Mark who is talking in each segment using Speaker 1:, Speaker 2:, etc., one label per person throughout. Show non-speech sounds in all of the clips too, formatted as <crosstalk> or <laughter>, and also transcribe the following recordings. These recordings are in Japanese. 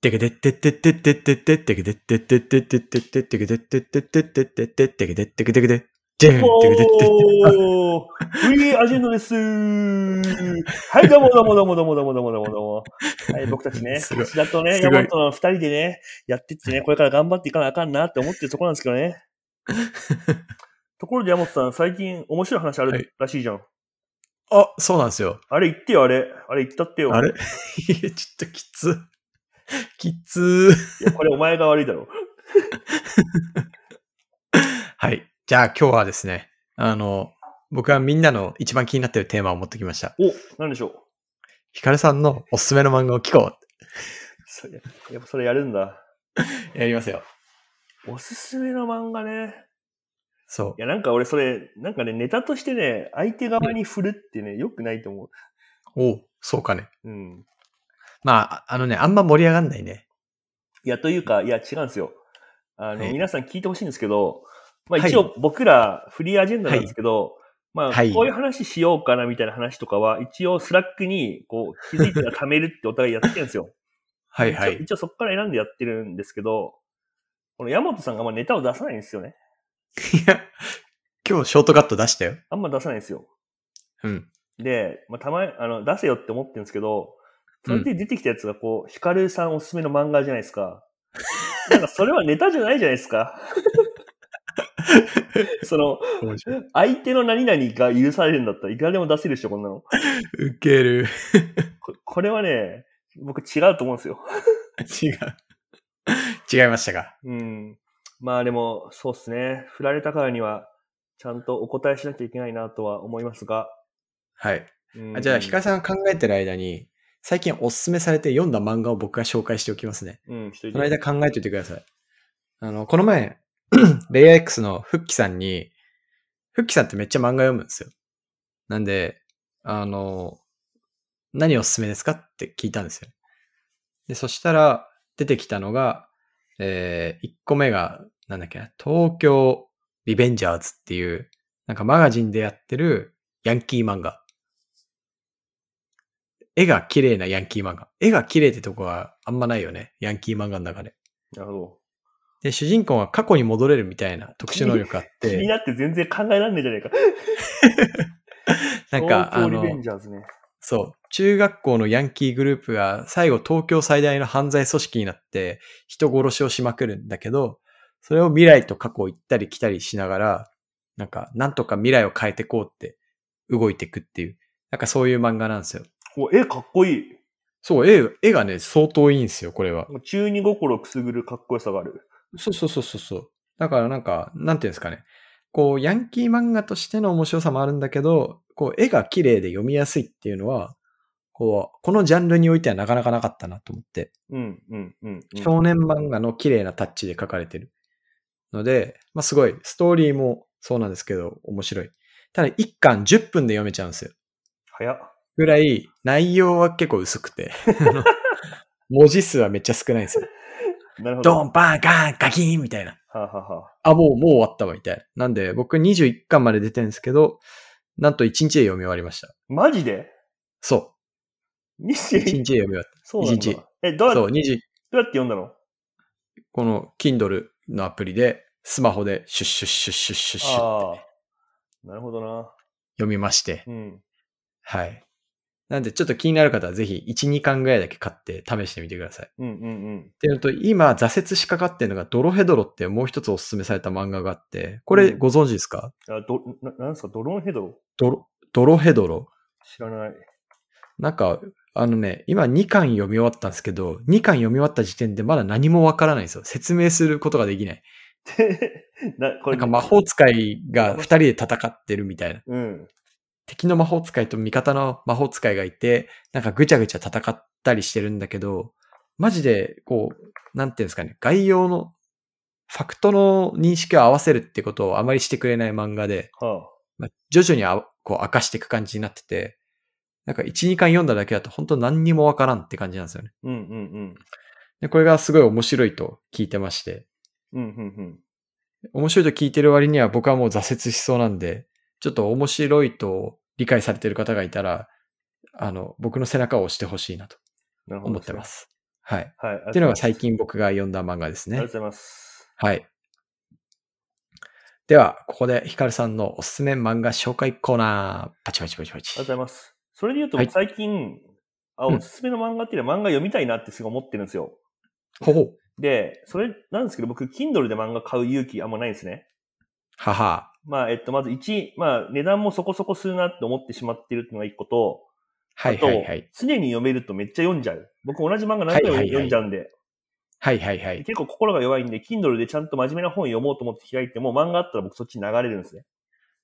Speaker 1: てけでってってってってってってってけでってってってってってってってけでってってってってってってってけでってけでけで。ジェンってけでってって。
Speaker 2: おー !We アジェンドですはい、どうもどうもどうもどうもどうもどうもどうもどうも。はい、僕たちね、
Speaker 1: すごい
Speaker 2: 橋田とね、
Speaker 1: すご
Speaker 2: ヤ
Speaker 1: い
Speaker 2: マトの二人でね、やってってね、これから頑張っていかなあかんなって思ってるところなんですけどね。ところでヤマトさん、最近面白い話あ
Speaker 1: は
Speaker 2: るらしいじゃん。
Speaker 1: あ、そうなんですよ。
Speaker 2: あれ言ってよ、あれ。あれ言ったってよ。
Speaker 1: あれいや、ちょっときつ。きつ。
Speaker 2: いやこれお前が悪いだろ。
Speaker 1: はい。じゃあ今日はですね、あの、僕はみんなの一番気になってるテーマを持ってきました。
Speaker 2: お、なんでしょう。
Speaker 1: ヒカルさんのおすすめの漫画を聞こ
Speaker 2: そややっぱそれやるんだ。
Speaker 1: う。やりますよ。
Speaker 2: おすすめの漫画ね。
Speaker 1: そう
Speaker 2: い。や、なんか俺それ、なんかね、ネタとしてね、相手側に振るってね、良くないと思
Speaker 1: おうそうかね。
Speaker 2: う。うん。
Speaker 1: まあ、あのね、あんま盛り上がんないね。
Speaker 2: いや、というか、いや、違うんですよ。あの、
Speaker 1: はい
Speaker 2: 皆さん聞いてほしいんですけど、まあ
Speaker 1: はい
Speaker 2: 一応僕らフリーアジェンダなんですけど、まあ、
Speaker 1: はい
Speaker 2: こういう話しようかなみたいな話とかは、一応スラックに、こう、気づいたら貯めるってお互いやってるんですよ。
Speaker 1: はいは
Speaker 2: 一応
Speaker 1: い。
Speaker 2: 一応そこから選んでやってるんですけど、この山本さんがあんまネタを出さないんですよね。
Speaker 1: いや、今日ショートカット出したよ。
Speaker 2: あんま出さないんですよ。
Speaker 1: うん。
Speaker 2: で、まあ、たまに、あの、出せよって思ってるんですけど、それで出てきたやつが、こう、ヒカルさんおすすめの漫画じゃないですか。 <laughs> なんか、それはネタじゃないじゃないですか。 <laughs> その、
Speaker 1: 面白い。
Speaker 2: 相手の何々が許されるんだったらいくらでも出せるでしょ、こんなの。
Speaker 1: ウケる。
Speaker 2: ここれはね、僕違うと思うんですよ。
Speaker 1: 違う。違いましたか。
Speaker 2: うん。まあでも、そうですね。振られたからには、ちゃんとお答えしなきゃいけないなとは思いますが。
Speaker 1: はい。
Speaker 2: うん
Speaker 1: あじゃあ、ヒカルさんが考えてる間に、最近おすすめされて読んだ漫画を僕が紹介しておきますね。
Speaker 2: うん、一人
Speaker 1: その間考えておいてください。あの、この前、 <clears throat> レイヤー X のフッキさんに、フッキさんってめっちゃ漫画読むんですよ。なんで、あの、何おすすめですかって聞いたんですよ。で、そしたら出てきたのが、え1個目が、なんだっけな、東京リベンジャーズっていう、なんかマガジンでやってるヤンキー漫画。絵が綺麗なヤンキー漫画。絵が綺麗ってとこはあんまないよね。ヤンキー漫画の中で。
Speaker 2: なるほど。
Speaker 1: で、主人公は過去に戻れるみたいな特殊能力あっ
Speaker 2: 気に
Speaker 1: て、
Speaker 2: なって全然考えらんねえじゃねえか。
Speaker 1: なんか、あ
Speaker 2: 東京リベ
Speaker 1: の
Speaker 2: ン、ジャーズね。
Speaker 1: そう、中学校のヤンキーグループが最後東京最大の犯罪組織になって人殺しをしまくるんだけど、それを未来と過去を行ったり来たりしながら、なんか、なんとか未来を変えてこうって動いていくっていう、なんかそういう漫画なんですよ。
Speaker 2: お、絵かっこいい。
Speaker 1: そう、絵、絵がね、相当いいんですよ、これは。
Speaker 2: もう中二心くすぐるかっこよさがある。
Speaker 1: そうそうそうそうそう。だからなんか、なんていうんですかね。こう、ヤンキー漫画としての面白さもあるんだけど、こう、絵が綺麗で読みやすいっていうのは、こう、このジャンルにおいてはなかなかなかったなと思って、
Speaker 2: うん、うん、うん。うん
Speaker 1: 少年漫画の綺麗なタッチで描かれてる。ので、まあすごい、ストーリーもそうなんですけど、面白い。ただ、1巻10分で読めちゃうんですよ。
Speaker 2: 早っ。
Speaker 1: ぐらい、内容は結構薄くて、 <laughs> あの文字数はめっちゃ少ないんですよ。
Speaker 2: なるほど。
Speaker 1: ドン、バン、ガン、ガキーンみたいな。
Speaker 2: はあ、はあはあ、
Speaker 1: あ、もう、もう終わったわ、みたいな。なんで、僕21巻まで出てるんですけど、なんと1日で読み終わりました。
Speaker 2: マジで
Speaker 1: そ
Speaker 2: 日
Speaker 1: う。1日で読
Speaker 2: 誌
Speaker 1: み終わっ
Speaker 2: そうなん
Speaker 1: 一日
Speaker 2: だ。え、どう
Speaker 1: た。
Speaker 2: や
Speaker 1: そ
Speaker 2: ど
Speaker 1: う、20、
Speaker 2: うやって読んだの
Speaker 1: この Kindle のアプリで、スマホでシュッシュッシュッシュッシュッシュ
Speaker 2: ああ。なるほどな。
Speaker 1: 読みまして。
Speaker 2: うん。
Speaker 1: はい。なんで、ちょっと気になる方はぜひ、1、2巻ぐらいだけ買って試してみてください。っ
Speaker 2: うん、うん、うん。
Speaker 1: ていうのと、今、挫折しかかってるのが、ドロヘドロっていうもう一つおすすめされた漫画があって、これ
Speaker 2: うん
Speaker 1: ご存知ですか、
Speaker 2: あどななんですか、ドローンヘドロ
Speaker 1: ドロ、ドロヘドロ。
Speaker 2: 知らない。
Speaker 1: なんか、あのね、今2巻読み終わったんですけど、2巻読み終わった時点でまだ何もわからないんですよ。説明することができない。
Speaker 2: な、こ
Speaker 1: な
Speaker 2: れ
Speaker 1: んか魔法使いが2人で戦ってるみたいな。
Speaker 2: うん。
Speaker 1: 敵の魔法使いと味方の魔法使いがいて、なんかぐちゃぐちゃ戦ったりしてるんだけど、マジで、こう、なんていうんですかね、概要の、ファクトの認識を合わせるってことをあまりしてくれない漫画で、
Speaker 2: は
Speaker 1: まあ、徐々にあこう明かしていく感じになってて、なんか1、2巻読んだだけだと本当何にもわからんって感じなんですよね。
Speaker 2: あ。うん、うん、
Speaker 1: で、これがすごい面白いと聞いてまして、
Speaker 2: うん。うん、うん、うん。
Speaker 1: 面白いと聞いてる割には僕はもう挫折しそうなんで、ちょっと面白いと理解されてる方がいたら、あの、僕の背中を押してほしいなと
Speaker 2: なるほど。
Speaker 1: 思ってます。はい。っ
Speaker 2: はい。って
Speaker 1: いうのが最近僕が読んだ漫画です
Speaker 2: ありが
Speaker 1: ね。
Speaker 2: とうございます。
Speaker 1: はい。では、ここでヒカルさんのおすすめ漫画紹介コーナー、パチパチパチパチ
Speaker 2: あ。りがとうございます。それで言うと、
Speaker 1: はい
Speaker 2: 最近、あ、
Speaker 1: うん
Speaker 2: おすすめの漫画っていうのは漫画読みたいなってすごい思ってるんですよ。
Speaker 1: ほほ。
Speaker 2: で、それなんですけど、僕、Kindle で漫画買う勇気あんまないんですね。
Speaker 1: はは。
Speaker 2: まあ、えっと、まず1、まあ、値段もそこそこするなって思ってしまってるっていうのが1個と、
Speaker 1: はいはいはい。
Speaker 2: 常に読めるとめっちゃ読んじゃう。僕同じ漫画何回
Speaker 1: はいはい
Speaker 2: も
Speaker 1: はい
Speaker 2: 読んじゃうんで、
Speaker 1: はいはいはい。
Speaker 2: 結構心が弱いんで、Kindle でちゃんと真面目な本読もうと思って開いても、漫画あったら僕そっちに流れるんですね。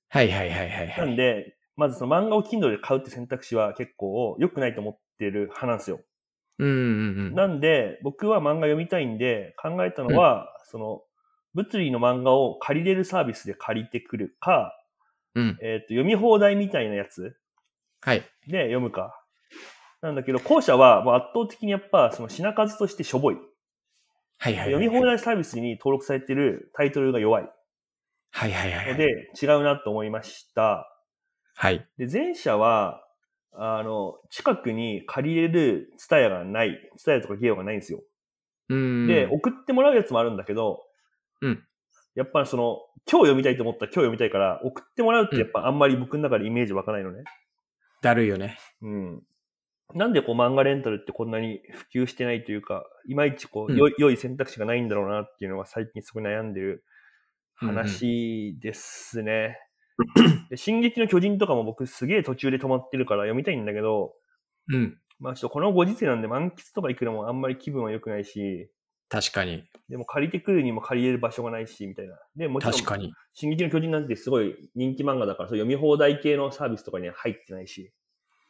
Speaker 1: はいはいはいはいは。
Speaker 2: ないんで、まずその漫画を Kindle で買うって選択肢は結構良くないと思ってる派なんですよ。
Speaker 1: うんうんうん。
Speaker 2: なんで、僕は漫画読みたいんで、考えたのは、その、物理の漫画を借りれるサービスで借りてくるか、
Speaker 1: うん。
Speaker 2: えっ、と、読み放題みたいなやつ
Speaker 1: はい。
Speaker 2: で読むか。なんだけど、後者はもう圧倒的にやっぱ、その品数としてしょぼい。
Speaker 1: はいはいはい。
Speaker 2: 読み放題サービスに登録されてるタイトルが弱い
Speaker 1: はいはいはい
Speaker 2: の
Speaker 1: はい。
Speaker 2: で、違うなと思いました。
Speaker 1: はい。
Speaker 2: で、前者は、あの、近くに借りれるツタヤがない、ツタヤとかゲオがないんですよ。
Speaker 1: うん。
Speaker 2: で、送ってもらうやつもあるんだけど、
Speaker 1: うん
Speaker 2: やっぱその、今日読みたいと思ったら今日読みたいから、送ってもらうってやっぱあんまり僕の中でイメージ湧かないのね。
Speaker 1: だるいよね。
Speaker 2: うん。なんでこう漫画レンタルってこんなに普及してないというか、いまいちこ
Speaker 1: う
Speaker 2: う、
Speaker 1: ん
Speaker 2: よ良い選択肢がないんだろうなっていうのが最近すごい悩んでる話で
Speaker 1: <clears throat>
Speaker 2: すね。で進撃の巨人とかも僕すげえ途中で止まってるから読みたいんだけど、
Speaker 1: うん。
Speaker 2: まあちょっとこのご時世なんで満喫とか行くのもあんまり気分は良くないし、
Speaker 1: 確かに。
Speaker 2: でも借りてくるにも借りれる場所がないし、みたいな。で、もちろん
Speaker 1: 確、かに。
Speaker 2: 進撃の巨人なんてすごい人気漫画だから、そう読み放題系のサービスとかには入ってないし、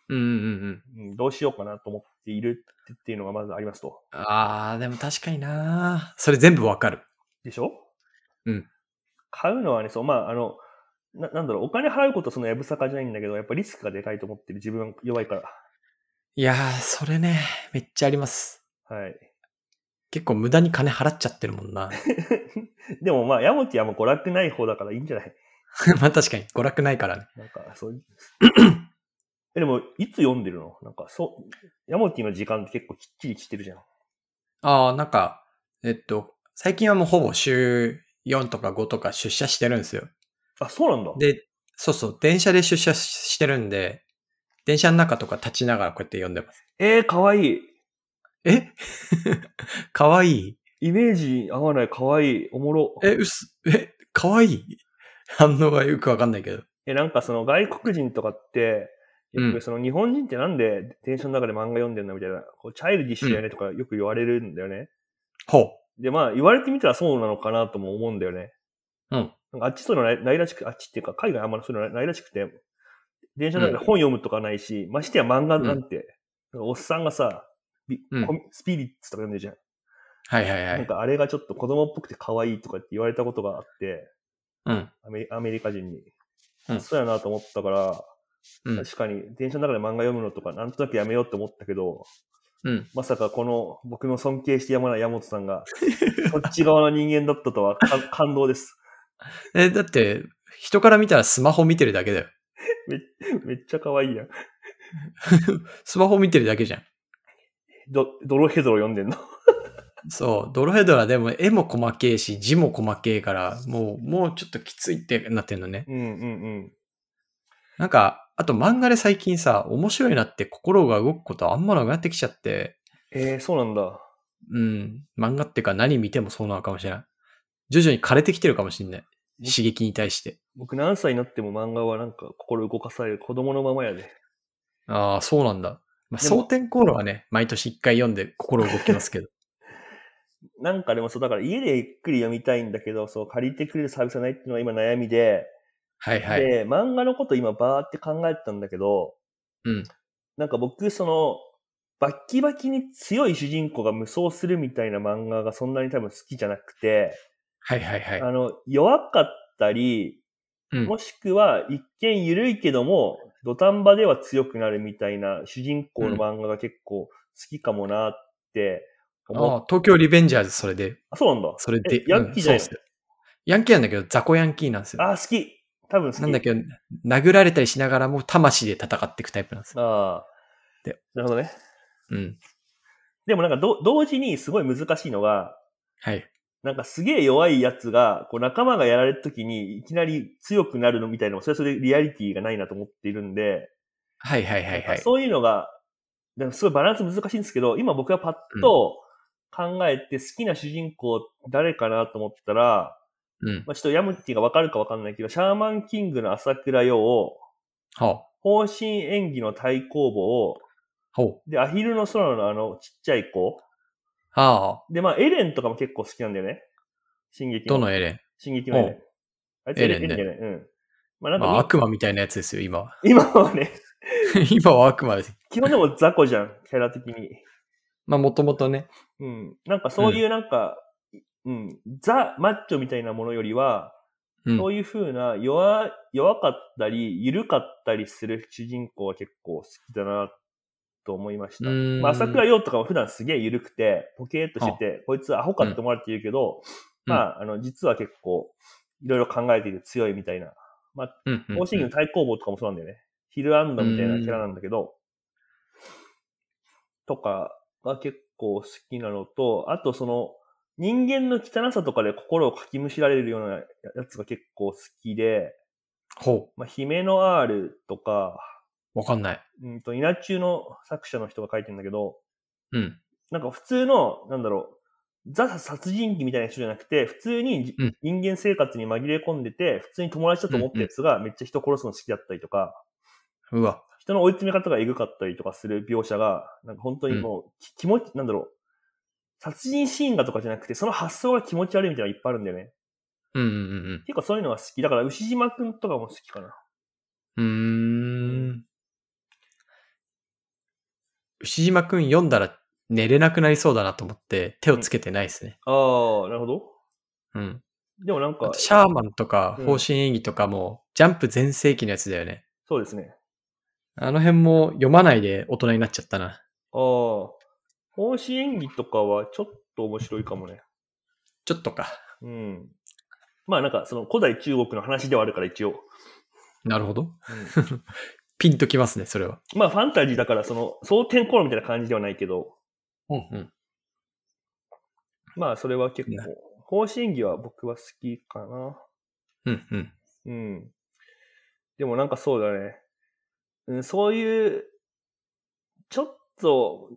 Speaker 1: うんうんうんうん。
Speaker 2: うん、どうしようかなと思っているっていうのがまずありますと。
Speaker 1: あー、でも確かになそれ全部わかる。
Speaker 2: でしょ
Speaker 1: うん。
Speaker 2: 買うのはね、そう、まあ、あの、な、なんだろう、お金払うことはそのやぶさかじゃないんだけど、やっぱリスクがでかいと思ってる自分は弱いから。
Speaker 1: いやー、それね、めっちゃあります。
Speaker 2: はい。 <laughs>
Speaker 1: 結構無駄に金払っちゃってるもんな。 <laughs>
Speaker 2: でもまあ、ヤモティはもう娯楽ない方だからいいんじゃない
Speaker 1: まあ確かに娯楽ないからね。
Speaker 2: なんか、そう。 <coughs> え、でも、いつ読んでるのなんか、そう、ヤモティの時間って結構きっちり来てるじゃん。
Speaker 1: ああ、なんか、えっと、最近はもうほぼ週4とか5とか出社してるんですよ。
Speaker 2: あ、そうなんだ。
Speaker 1: で、そうそう、電車で出社ししてるんで、電車の中とか立ちながらこうやって読んでます。
Speaker 2: えー、かわいい。
Speaker 1: え <laughs> かわいい
Speaker 2: イメージ合わない、かわいい、おもろ。
Speaker 1: え、うす、え、かわい <laughs> い反応がよくわかんないけど。
Speaker 2: え、なんかその外国人とかって、
Speaker 1: うん
Speaker 2: よくその日本人ってなんで電車の中で漫画読んでんだみたいな、こうチャイルディッシュだよねとかよく言われるんだよね。
Speaker 1: ほう。
Speaker 2: で、まあ言われてみたらそうなのかなとも思うんだよね。
Speaker 1: うん。
Speaker 2: なんかあっちそういうのないないらしく、あっちっていうか海外あんまりそういうのないらしくて、電車の中で本読むとかないし、ましてや漫画なんて、なんかおっさんがさ、ビ
Speaker 1: うん
Speaker 2: コミスピリッツとか読んでるじゃん。
Speaker 1: はいはいは
Speaker 2: なん
Speaker 1: い。
Speaker 2: かあれがちょっと子供っぽくて可愛いとかって言われたことがあって、
Speaker 1: うん。
Speaker 2: アメリアメリカ人に。
Speaker 1: うん
Speaker 2: そうやなと思ったから、
Speaker 1: うん。
Speaker 2: 確かに電車の中で漫画読むのとかなんとなくやめようって思ったけど、
Speaker 1: うん。
Speaker 2: まさかこの僕の尊敬してやまない山本さんが、こっち側の人間だったとはか <laughs> 感動です。
Speaker 1: え、だって、人から見たらスマホ見てるだけだよ。
Speaker 2: めっちゃ可愛いやん。
Speaker 1: スマホ見てるだけじゃん。
Speaker 2: ど、ドロヘドロ読んでんの。
Speaker 1: そう、ドロヘドラでも絵も細けえし、字も細けえから、もう、もうちょっときついってなってんのね。
Speaker 2: うんうん
Speaker 1: なんか、あと漫画で最近さ、面白いなって心が動くことあんまなくなってきちゃって、
Speaker 2: うん。えー、そうなんだ。
Speaker 1: うん、漫画っていうか何見てもそうなのかもしれない。徐々に枯れてきてるかもしれない。刺激に対して。
Speaker 2: 僕何歳になっても漫画はなんか心動かされる子供のままやで。
Speaker 1: ああ、そうなんだ。まあ、
Speaker 2: でも
Speaker 1: 蒼天航路はね、毎年一回読んで心動きますけど。
Speaker 2: <laughs> なんかでもそう、だから家でゆっくり読みたいんだけど、そう、借りてくれるサービスがないっていうのが今悩みで、
Speaker 1: はいはい。
Speaker 2: で、漫画のこと今バーって考えてたんだけど、
Speaker 1: うん。
Speaker 2: なんか僕、その、バッキバキに強い主人公が無双するみたいな漫画がそんなに多分好きじゃなくて、
Speaker 1: はいはいはい。
Speaker 2: あの、弱かったり、
Speaker 1: うん
Speaker 2: もしくは一見緩いけども、土壇場では強くなるみたいな主人公の漫画が結構好きかもなって思っ
Speaker 1: ああ東京リベンジャーズ、それで。
Speaker 2: あ、そうなんだ。
Speaker 1: それで
Speaker 2: え。ヤンキーじゃない
Speaker 1: うんそうっすよヤンキーなんだけど、雑魚ヤンキーなんですよ。
Speaker 2: あ、好き。多分好き。
Speaker 1: なんだけど、殴られたりしながらも魂で戦っていくタイプなんですよ。
Speaker 2: ああ。
Speaker 1: で
Speaker 2: なるほどね。
Speaker 1: うん。
Speaker 2: でもなんかど、同時にすごい難しいのが、
Speaker 1: はい。
Speaker 2: なんかすげえ弱いやつが、こう仲間がやられた時にいきなり強くなるのみたいなのも、それはそれでリアリティがないなと思っているんで、
Speaker 1: はいはいはい
Speaker 2: な
Speaker 1: は
Speaker 2: んか
Speaker 1: い。
Speaker 2: そういうのが、なんかすごいバランス難しいんですけど、今僕がパッと考えて好きな主人公誰かなと思ったら、
Speaker 1: うん。
Speaker 2: まあ、ちょっとヤムティがわかるかわかんないけど、シャーマンキングの朝倉洋を、
Speaker 1: ほ
Speaker 2: 方針演技の対抗棒を、
Speaker 1: う。ほう。
Speaker 2: で、アヒルの空のあのちっちゃい子、
Speaker 1: ああ。
Speaker 2: で、まあエレンとかも結構好きなんだよね。進撃の。
Speaker 1: どのエレン
Speaker 2: 進撃のエレン。あいつエ
Speaker 1: エレ
Speaker 2: レン
Speaker 1: ン
Speaker 2: じ
Speaker 1: ね
Speaker 2: ゃない。うん。まあなん
Speaker 1: ま
Speaker 2: か、
Speaker 1: あ、悪魔みたいなやつですよ、今は。 <laughs>
Speaker 2: 今はね、 <laughs>
Speaker 1: 今は悪魔です。
Speaker 2: 基本でも雑魚じゃん、キャラ的に。
Speaker 1: まあ、もともとね。
Speaker 2: うん。なんかそういうなんか、うん、ザ・マッチョみたいなものよりは、
Speaker 1: うん。
Speaker 2: そういう風な弱、弱かったり、緩かったりする主人公は結構好きだな、と思いました。
Speaker 1: うーん
Speaker 2: まあ、朝倉陽とかも普段すげえ緩くて、ポケーっとしてて、こいつアホかって思われているけど、
Speaker 1: うん
Speaker 2: まあ、あの、実は結構、いろいろ考えている強いみたいな。
Speaker 1: うんうん
Speaker 2: オーシングの対抗棒とかもそうなんだよね。ヒルアンドみたいなキャラなんだけど、とかが結構好きなのと、あとその、人間の汚さとかで心をかきむしられるようなやつが結構好きで、
Speaker 1: ほ
Speaker 2: まあ、姫の R とか、
Speaker 1: う。わかんない。
Speaker 2: うんと、稲中の作者の人が書いてんだけど、
Speaker 1: うん。
Speaker 2: なんか普通の、なんだろう、ザ殺人鬼みたいな人じゃなくて、普通にじ、
Speaker 1: うん
Speaker 2: 人間生活に紛れ込んでて、普通に友達だと思ったやつがめっちゃ人殺すの好きだったりとか、
Speaker 1: うわ。
Speaker 2: 人の追い詰め方がエグかったりとかする描写が、なんか本当にもう、き気持ち、なんだろう、殺人シーンがとかじゃなくて、その発想が気持ち悪いみたいなのがいっぱいあるんだよね。
Speaker 1: うんうん
Speaker 2: 結構そういうのが好き。だから、牛島くんとかも好きかな。
Speaker 1: うんうん。うーん。牛島くん読んだら寝れなくなりそうだなと思って手をつけてないですね。
Speaker 2: ああ、なるほど。
Speaker 1: うん。
Speaker 2: でもなん
Speaker 1: あ
Speaker 2: か
Speaker 1: と、シャーマンとか
Speaker 2: うん
Speaker 1: 方針演技とかもジャンプ全盛期のやつだよね。
Speaker 2: そうですね。
Speaker 1: あの辺も読まないで大人になっちゃったな。
Speaker 2: ああ、本詞演技とかはちょっと面白いかもね。
Speaker 1: ちょっとか。
Speaker 2: うん。まあなんか、その古代中国の話ではあるから一応。
Speaker 1: なるほど。
Speaker 2: うん
Speaker 1: ピンときますね、それは。
Speaker 2: まあファンタジーだから、その、蒼天航路みたいな感じではないけど、
Speaker 1: うんうん。
Speaker 2: まあ、それは結
Speaker 1: な
Speaker 2: 構、方針技は僕は好きかな。
Speaker 1: うんうん。
Speaker 2: うん。でもなんかそうだね。うん、そういう、ちょっと、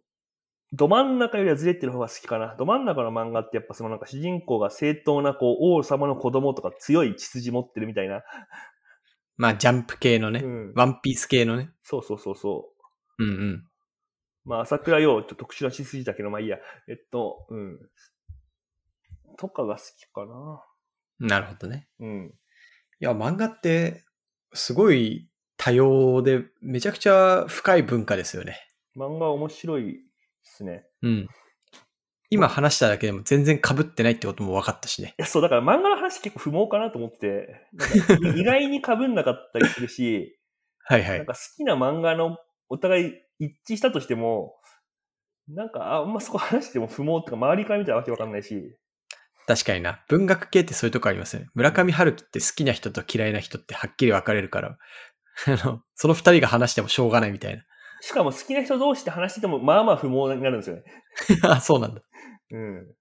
Speaker 2: ど真ん中よりはずれてる方が好きかな。ど真ん中の漫画ってやっぱそのなんか主人公が正当なこう王様の子供とか強い血筋持ってるみたいな。
Speaker 1: まあ、ジャンプ系のね。
Speaker 2: うん。
Speaker 1: ワンピース系のね。
Speaker 2: そうそうそうそ
Speaker 1: うんうん。
Speaker 2: う。まあ、朝倉洋、ちょっと特殊な血筋だけど、まあいいや。えっと、うん。とかが好きかな。
Speaker 1: なるほどね。
Speaker 2: うん。
Speaker 1: いや、漫画って、すごい多様で、めちゃくちゃ深い文化ですよね。
Speaker 2: 漫画面白いですね。
Speaker 1: うん。今話しただけでも全然被ってないってことも分かったしね。
Speaker 2: いや、そう、だから漫画の話結構不毛かなと思ってて、
Speaker 1: <laughs>
Speaker 2: なんか意外に被んなかったりするし、
Speaker 1: はいは
Speaker 2: なん
Speaker 1: い。
Speaker 2: か好きな漫画のお互い一致したとしても、なんかあんまそこ話しても不毛とか周りから見たらわけわかんないし、
Speaker 1: 確かにな。文学系ってそういうとこありますよね。村上春樹って好きな人と嫌いな人ってはっきり分かれるから、あの、その二人が話してもしょうがないみたい
Speaker 2: しかも好きな人同士で話しててもまあまあ不毛になるんですよね。
Speaker 1: <laughs> な。あ、そうなんだ。 <laughs>
Speaker 2: うん。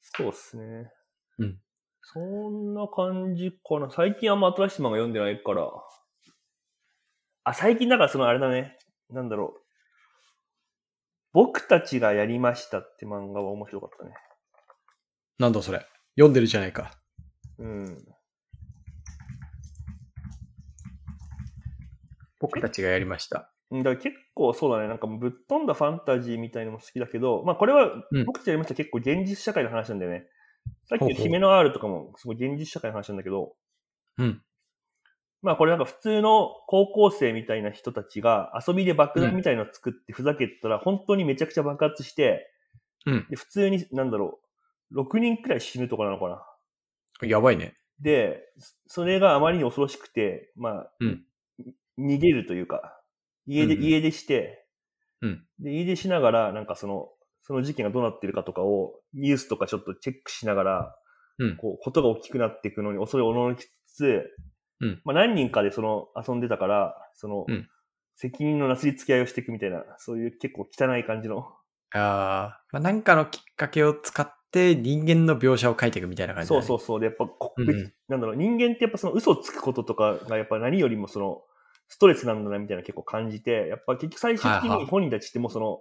Speaker 2: そうっすね。
Speaker 1: うん。
Speaker 2: そんな感じかな。最近あんま新しい漫画読んでないから。あ、最近だからそのあれだね。なんだろう。僕たちがやりましたって漫画は面白かったね。
Speaker 1: なんだそれ。読んでるじゃないか。
Speaker 2: うん。
Speaker 1: 僕たちがやりました。
Speaker 2: うんだから結構そうだね。なんかぶっ飛んだファンタジーみたいのも好きだけど、まあこれは
Speaker 1: うん
Speaker 2: 僕たちがやりました結構現実社会の話なんだよね。さっき
Speaker 1: ほう
Speaker 2: の
Speaker 1: ほう
Speaker 2: 姫の R とかもすごい現実社会の話なんだけど、
Speaker 1: うん。
Speaker 2: まあこれなんか普通の高校生みたいな人たちが遊びで爆弾みたいなの作ってふざけてたら本当にめちゃくちゃ爆発して、
Speaker 1: うん。
Speaker 2: で普通になんだろう、6人くらい死ぬとかなのかな。
Speaker 1: やばいね。
Speaker 2: で、そそれがあまりに恐ろしくて、まあ、
Speaker 1: うん
Speaker 2: 逃げるというか、家で、
Speaker 1: うんうん
Speaker 2: 家出して、
Speaker 1: うん
Speaker 2: で、家出しながら、なんかその、その事件がどうなってるかとかを、ニュースとかちょっとチェックしながら、
Speaker 1: うん
Speaker 2: こう、ことが大きくなっていくのに恐れおののきつつ、
Speaker 1: うん
Speaker 2: まあ何人かでその、遊んでたから、その、
Speaker 1: うん
Speaker 2: 責任のなすりつき合いをしていくみたいな、そういう結構汚い感じの
Speaker 1: ああ、まあ、なんかのきっかけを使って人間の描写を書いていくみたいな感じだ
Speaker 2: そ
Speaker 1: ね、
Speaker 2: うそうそう。で、やっぱこ、
Speaker 1: うんうん
Speaker 2: なんだろう、人間ってやっぱその嘘をつくこととかがやっぱ何よりもその、ストレスなんだなみたいなの結構感じて、やっぱ結局最終的
Speaker 1: はいは
Speaker 2: に
Speaker 1: い
Speaker 2: 本人たちってもうその、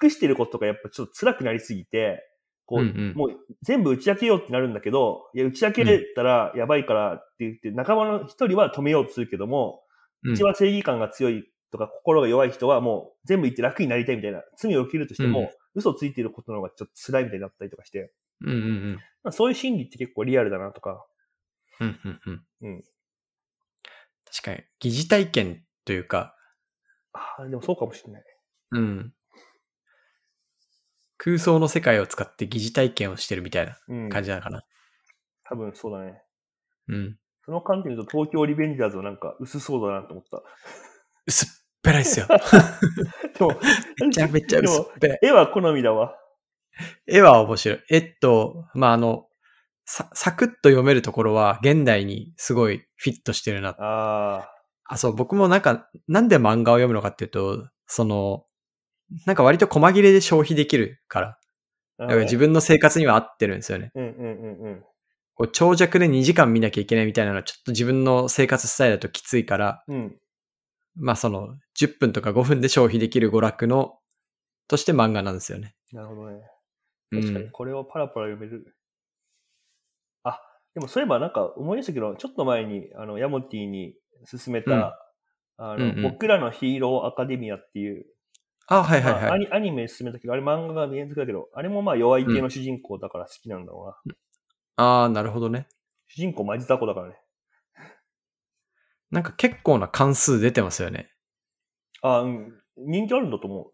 Speaker 2: 隠してることがやっぱちょっと辛くなりすぎて、こう、
Speaker 1: うんうん
Speaker 2: もう全部打ち明けようってなるんだけど、いや、打ち明けれたらやばいからって言って、仲間の一人は止めようとするけども、
Speaker 1: うん
Speaker 2: 一番正義感が強いとか心が弱い人はもう全部言って楽になりたいみたいな、罪を受けるとしても、
Speaker 1: うん
Speaker 2: 嘘ついてることの方がちょっと辛いみたいになったりとかして、
Speaker 1: うんうんうん。
Speaker 2: まあ、そういう心理って結構リアルだなとか。
Speaker 1: うんうんうん。
Speaker 2: うん。
Speaker 1: 確かに、疑似体験というか、
Speaker 2: ああ、でもそうかもしれない。
Speaker 1: うん。空想の世界を使って疑似体験をしてるみたいな
Speaker 2: うん。
Speaker 1: 感じなのかな。
Speaker 2: 多分そうだね。
Speaker 1: うん。
Speaker 2: その観点で言うと東京リベンジャーズはなんか薄そうだなと
Speaker 1: <laughs>
Speaker 2: 思った。
Speaker 1: 薄っぺらいっす <laughs> よ。
Speaker 2: でも、
Speaker 1: めちゃめちゃ薄っぺらい。
Speaker 2: <laughs> 絵は好みだわ。
Speaker 1: 絵は面白い。えっと、まあ、あの、さ、サクッと読めるところは現代にすごいフィットしてるな。
Speaker 2: ああ、
Speaker 1: あ、そう、僕もなんか、なんで漫画を読むのかっていうと、その、なんか割と細切れで消費できるから。
Speaker 2: な
Speaker 1: だ
Speaker 2: る
Speaker 1: か
Speaker 2: ほど
Speaker 1: ら
Speaker 2: ね
Speaker 1: 自分の生活には合ってるんですよね。
Speaker 2: うんうんうんうん。
Speaker 1: こう長尺で2時間見なきゃいけないみたいなのはちょっと自分の生活スタイルだときついから、
Speaker 2: うん。
Speaker 1: まあその10分とか5分で消費できる娯楽のとして漫画なんですよね。
Speaker 2: なるほどね。
Speaker 1: う
Speaker 2: 確かに
Speaker 1: ん。
Speaker 2: これをパラパラ読める。あ、でもそういえばなんか思い出したけど、ちょっと前に、あの、ヤモティに勧めた、
Speaker 1: うん
Speaker 2: あの、
Speaker 1: うんうん
Speaker 2: 僕らのヒーローアカデミアっていう、
Speaker 1: あ、はいはい
Speaker 2: まあ
Speaker 1: は
Speaker 2: ア
Speaker 1: い。
Speaker 2: ニアニメ進めたけど、あれ漫画が原作だけど、あれもまあ弱い系の主人公だから好きなんだろうな。
Speaker 1: ああ、なるほどね。
Speaker 2: 主人公マジ雑魚だからね。
Speaker 1: なんか結構な関数出てますよね。
Speaker 2: あうん。人気あるんだと思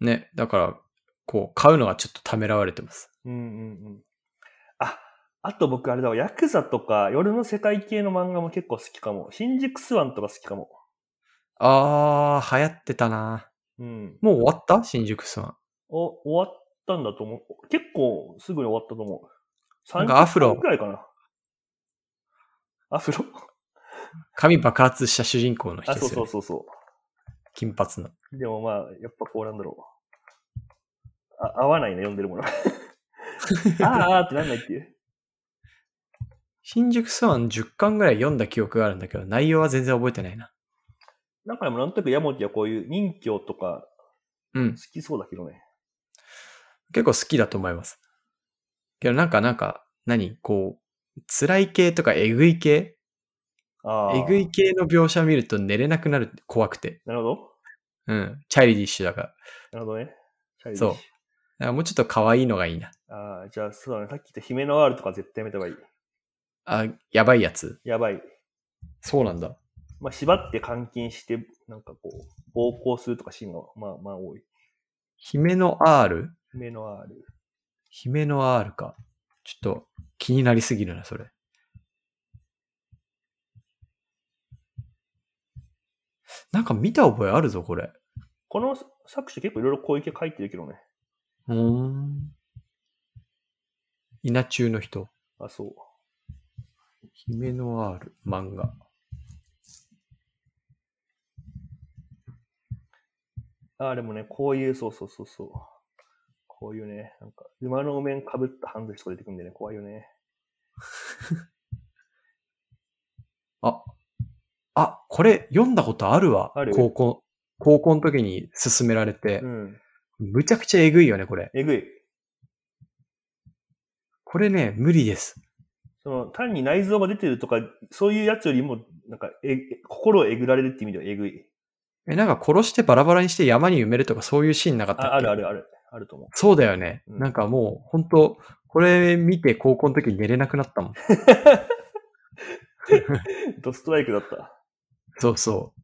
Speaker 1: ね。だから、こう買うのがちょっとためらわれてます。
Speaker 2: う。うんうんうん。あ、あと僕あれだわ、ヤクザとか夜の世界系の漫画も結構好きかも。新宿スワンとか好きかも。
Speaker 1: ああ、流行ってたな。
Speaker 2: うん。
Speaker 1: もう終わった新宿さん。
Speaker 2: お、終わったんだと思う。結構すぐに終わったと思う。
Speaker 1: なんかアフロ
Speaker 2: 30くらいかな。アフロ
Speaker 1: 髪爆発した主人公の人
Speaker 2: あ、
Speaker 1: です
Speaker 2: そ
Speaker 1: よ、
Speaker 2: う
Speaker 1: ね。
Speaker 2: そうそうそう。
Speaker 1: 金髪の。
Speaker 2: でもまあ、やっぱこうなんだろう。あ合わないね、読んでるもの。あー <laughs> <laughs> あーってなんないっていう。
Speaker 1: 新宿スワン10巻ぐらい読んだ記憶があるんだけど、内容は全然覚えてないな。
Speaker 2: なんかでもなんとなくヤモティはこういう任侠とか
Speaker 1: うん
Speaker 2: 好。きそうだけどね。
Speaker 1: 結構好きだと思います。けどなんかなんか、何こう、辛い系とかえぐい系
Speaker 2: ああ。
Speaker 1: えぐい。系の描写見ると寝れなくなる、怖くて。
Speaker 2: なるほど。
Speaker 1: うん。チャイルディッシュだから。だか
Speaker 2: なるほどね。チャイルディ
Speaker 1: そう
Speaker 2: ッシ
Speaker 1: らもうちょっと可愛いのがいいな。
Speaker 2: ュああ、じゃあそうだね。さっき言った姫のワールとか絶対やめた方がいい。
Speaker 1: あ、やばいやつ。
Speaker 2: やばい。
Speaker 1: そうなんだ。
Speaker 2: まあ、縛って監禁して、なんかこう、暴行するとかシーンがまあまあ多い。
Speaker 1: 姫の R?
Speaker 2: 姫のワール。
Speaker 1: 姫の R か。ちょっと気になりすぎるな、それ。なんか見た覚えあるぞ、これ。
Speaker 2: この作者結構いろいろこういう系書いてるけどね。
Speaker 1: うーん。稲中の人。
Speaker 2: あ、そう。
Speaker 1: 姫の R 漫画。
Speaker 2: ああ、でもね、こういう、そうそうそうそう。こういうね、なんか、馬のお面被った犯罪者が出てくるんでね、怖いよね。
Speaker 1: あ、あ、これ読んだことあるわ。
Speaker 2: ある
Speaker 1: 高校、高校の時に勧められて
Speaker 2: う。ん。
Speaker 1: むちゃくちゃえぐいよね、これ。
Speaker 2: えぐい。
Speaker 1: これね、無理です。
Speaker 2: その、単に内臓が出てるとか、そういうやつよりも、なんか、え、心をえぐられるって意味ではえぐい。
Speaker 1: え、なんか殺してバラバラにして山に埋めるとかそういうシーンなかったっけ
Speaker 2: あ、あるあるある。あると思う。
Speaker 1: そうだよね。
Speaker 2: うん
Speaker 1: なんかもう、本当これ見て高校の時に寝れなくなったもん。
Speaker 2: ドストライクだった。
Speaker 1: そうそう。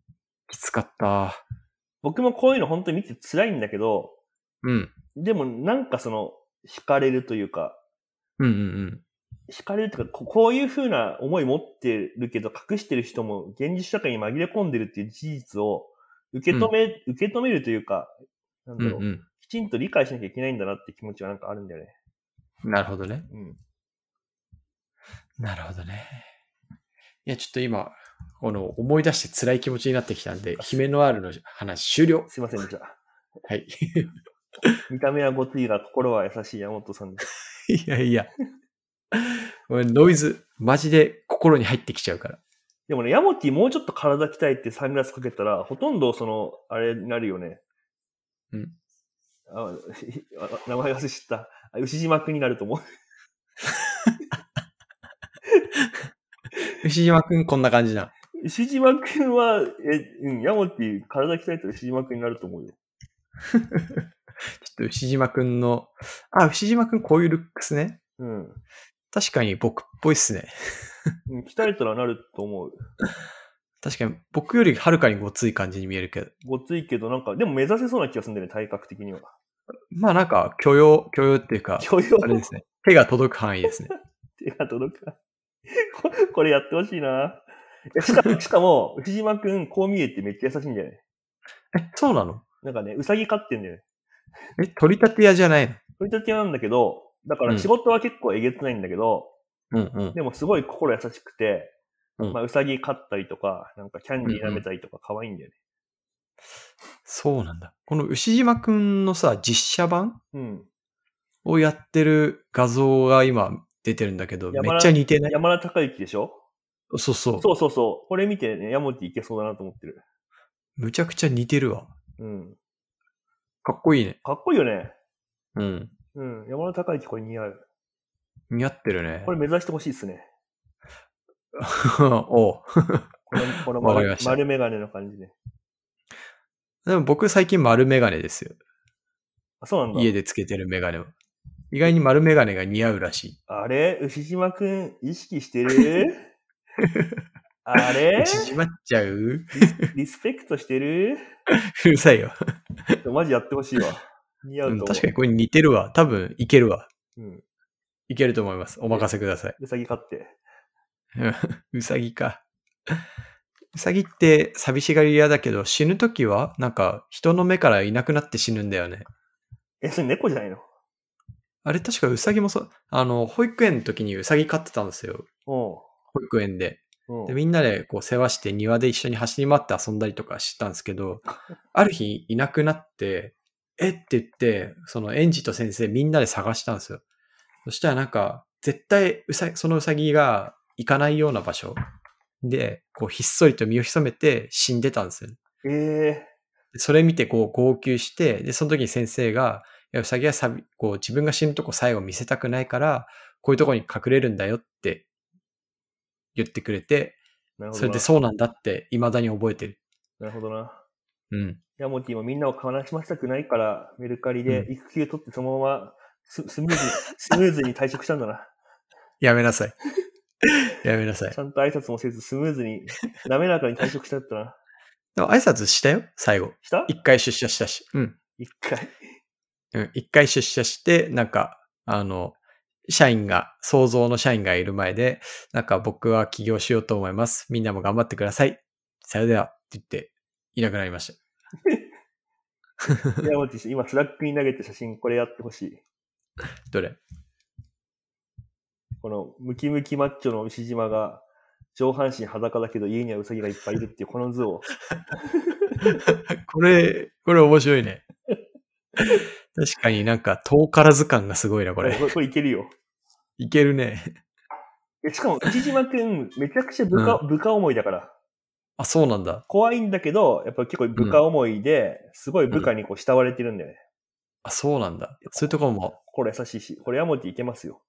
Speaker 1: きつかった。
Speaker 2: 僕もこういうの本当に見て辛いんだけど、
Speaker 1: うん。
Speaker 2: でもなんかその、惹かれるというか、
Speaker 1: うんうん
Speaker 2: 惹かれるというか、ここういう風な思い持ってるけど、隠してる人も現実社会に紛れ込んでるっていう事実を受け止め、受け止めるというか、なん
Speaker 1: う
Speaker 2: だ
Speaker 1: ん。
Speaker 2: ろう、
Speaker 1: うんうん。
Speaker 2: きちんと理解しなきゃいけないんだなって気持ちはなんかあるんだよね。
Speaker 1: なるほどね。
Speaker 2: うん。
Speaker 1: なるほどね。いや、ちょっと今、この思い出して辛い気持ちになってきたんで、姫の R の話終了。
Speaker 2: すいませんでした。
Speaker 1: はい。
Speaker 2: 見た目はごついが心は優しい山本さんです。
Speaker 1: <laughs> いやいや。俺ノイズ、マジで心に入ってきちゃうから。
Speaker 2: でもね、ヤモティもうちょっと体鍛えてサングラスかけたら、ほとんどその、あれになるよね。
Speaker 1: うん。
Speaker 2: あ、ひあ名前忘れ知った。あ牛島くんになると思う。 <laughs>
Speaker 1: 牛島くんこんな感じな。
Speaker 2: 牛島くんは、え、うん、ヤモティ体鍛えたら牛島くんになると思うよ。
Speaker 1: ちょっと牛島くんの、あ、牛島くんこういうルックスね。
Speaker 2: うん。
Speaker 1: 確かに僕っぽいっすね。
Speaker 2: うん鍛えたらなると思う。
Speaker 1: 確かに僕よりはるかにごつい感じに見えるけど。
Speaker 2: ごついけど、なんか、でも目指せそうな気がするんだよね、体格的
Speaker 1: <laughs>
Speaker 2: には。
Speaker 1: まあなんか許容、許容っていうか、
Speaker 2: 許容
Speaker 1: あれですね。手が届く範囲ですね。
Speaker 2: 手が届くか。ここれやってほしいな。えしか <laughs> しかも、牛島くん、こう見えてめっちゃ優しいんじゃない
Speaker 1: え、そうなの
Speaker 2: なんかね、うさぎ飼ってんだよね。
Speaker 1: え、取り立て屋じゃないの
Speaker 2: 取り立て屋なんだけど、だか
Speaker 1: う
Speaker 2: ら
Speaker 1: ん
Speaker 2: 仕事は結構えげつないんだけど、
Speaker 1: うんうん。
Speaker 2: でもすごい心優しくて、
Speaker 1: うん
Speaker 2: まあ、うさぎ飼ったりとか、なんかキャンディー舐めたりとか可愛いんだよね。
Speaker 1: そうなんだ。この牛島くんのさ、実写版
Speaker 2: うん。
Speaker 1: をやってる画像が今出てるんだけど、めっ
Speaker 2: 山田
Speaker 1: ちゃ似てない
Speaker 2: 山田孝之でしょ
Speaker 1: そうそう
Speaker 2: そうそうそう。これ見てね、ヤモティいけそうだなと思ってる。
Speaker 1: むちゃくちゃ似てるわ。
Speaker 2: うん。
Speaker 1: かっこいいね。
Speaker 2: かっこいいよね。
Speaker 1: うん。
Speaker 2: うん。山田孝之これ似合う。
Speaker 1: 似合ってるね
Speaker 2: こ。れ目指してほしいですね。
Speaker 1: <laughs> おう
Speaker 2: こ
Speaker 1: <laughs>
Speaker 2: の、この
Speaker 1: わかり
Speaker 2: 丸
Speaker 1: ました
Speaker 2: 丸メガネの感じね。
Speaker 1: でも僕最近丸メガネですよ。
Speaker 2: あ、そうなんだ。
Speaker 1: 家でつけてるメガネは。意外に丸メガネが似合うらしい。
Speaker 2: あれ牛島くん、意識して
Speaker 1: <laughs>
Speaker 2: るあれ
Speaker 1: 縮まっちゃう <laughs>
Speaker 2: リスペクトしてる
Speaker 1: うるさいよ。
Speaker 2: マジやってほしいわ。 <laughs> 似合
Speaker 1: う
Speaker 2: うんと思う。
Speaker 1: 確かにこれ似てるわ。多分いけるわ。
Speaker 2: うん。
Speaker 1: いけると思います。お任せください。
Speaker 2: うさぎ飼って。
Speaker 1: うさぎか。うさぎって寂しがり屋だけど、死ぬときは、なんか、人の目からいなくなって死ぬんだよね。
Speaker 2: え、それ猫じゃないの
Speaker 1: あれ確かうさぎもそう、あの、保育園の時にうさぎ飼ってたんですよ。
Speaker 2: お
Speaker 1: 保育園で。
Speaker 2: うん。う
Speaker 1: で、
Speaker 2: ん。
Speaker 1: みんなでこう世話して庭で一緒に走り回って遊んだりとかしてたんですけど、ある日いなくなって、えって言って、その園児と先生みんなで探したんですよ。そしたらなんか、絶対うさそのうさぎが行かないような場所で、こうひっそりと身を潜めて死んでたんですよ。
Speaker 2: ええ
Speaker 1: でそれ見てこう号泣して、で、その時に先生が、いや、うさぎはさびこう自分が死ぬとこ最後見せたくないから、こういうとこに隠れるんだよって言ってくれて、
Speaker 2: なるほ
Speaker 1: そ
Speaker 2: ど
Speaker 1: れで
Speaker 2: な。
Speaker 1: そうなんだって未だに覚えてる。
Speaker 2: なるほどな。
Speaker 1: うん。
Speaker 2: ヤモティもみんなを悲しませたくないから、メルカリで
Speaker 1: う
Speaker 2: 育休取ってそのままススムーズに、スムーズに退職したんだな。
Speaker 1: やめな <laughs> さい。やめなさい
Speaker 2: ち。ゃんと挨拶もせずスムーズに、滑らかに退職したったな。
Speaker 1: でも挨拶したよ、最後。
Speaker 2: した
Speaker 1: 一回出社したし。うん。
Speaker 2: 一回。
Speaker 1: うん。一回出社して、なんか、あの、社員が、想像の社員がいる前で、なんか僕は起業しようと思います。みんなも頑張ってください。さようでは。って言って、いなくなりました。
Speaker 2: ヤモティ、今スラックに投げて写真これやってほしい。
Speaker 1: どれ
Speaker 2: このムキムキマッチョの牛島が上半身裸だけど家にはウサギがいっぱいいるっていうこの図を。
Speaker 1: これ、これ面白いね。 <laughs> 確かになんか遠からず感がすごいな、こ
Speaker 2: こ
Speaker 1: れ。
Speaker 2: れこれいけるよ。
Speaker 1: いけるね。
Speaker 2: えしかも牛島くんめちゃくちゃ部下,、部下思いだから。
Speaker 1: あ、そうなんだ。
Speaker 2: 怖いんだけど、やっぱ結構部下思いで、すごい部下にこう慕われてるんだよね。
Speaker 1: あ、そうなんだ。そういうところも
Speaker 2: これ優しいし、これヤモティいけますよ。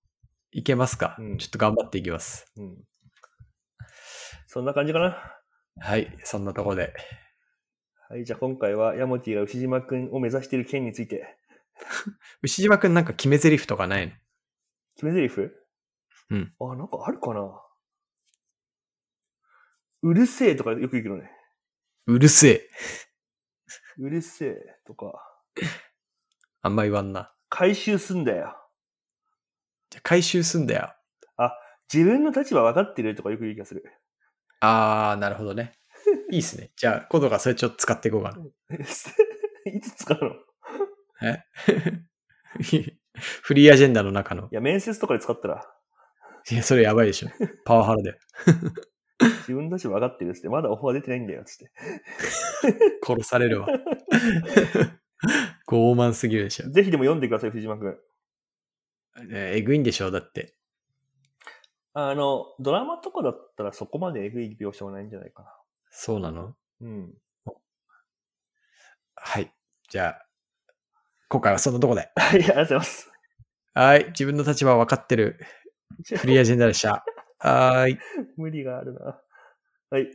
Speaker 1: いけますか、
Speaker 2: うん
Speaker 1: ちょっと頑張っていきます。
Speaker 2: うん。そんな感じかな。
Speaker 1: はい、そんなところで。
Speaker 2: はい、じゃあ今回はヤモティが牛島くんを目指している件について。
Speaker 1: 牛島くんなんか決め台詞とかないの
Speaker 2: 決め台詞
Speaker 1: うん。
Speaker 2: あ、なんかあるかなうるせえとかよく言うけどね。
Speaker 1: うるせえ。
Speaker 2: うるせえとか、
Speaker 1: あんま言わんな。
Speaker 2: 回収すんだよ。
Speaker 1: じゃあ回収すんだよ。
Speaker 2: 自分の立場分かってるとかよく言う気がする。
Speaker 1: あー、なるほど <laughs> ね。いいっすね。じゃあ、今度からそれちょっと使っていこうか
Speaker 2: <laughs> いつ使うのい
Speaker 1: な。え <laughs> フリーアジェンダの中の。
Speaker 2: や、面接とかで使ったら、
Speaker 1: <laughs> いや、それやばいでしょ。パワハラだよ。
Speaker 2: 自分の立場分かってるっつって、ま
Speaker 1: <laughs>
Speaker 2: だオファー出てないんだよっつって。
Speaker 1: 殺されるわ。傲慢すぎるでしょ。
Speaker 2: ぜひでも読んでください、藤島くん。
Speaker 1: ええぐいんでしょ、だって。
Speaker 2: あの、ドラマとかだったらそこまでえぐい描写はないんじゃないか
Speaker 1: そうなの
Speaker 2: な。うん。 <laughs>
Speaker 1: はい。じゃあ、今回はそんなとこで。
Speaker 2: はい、ありがとうございます。
Speaker 1: はい。自分の立場分かってる。
Speaker 2: じゃあ
Speaker 1: フリーアジェンダでした。はーい。
Speaker 2: 無理があるな。はい。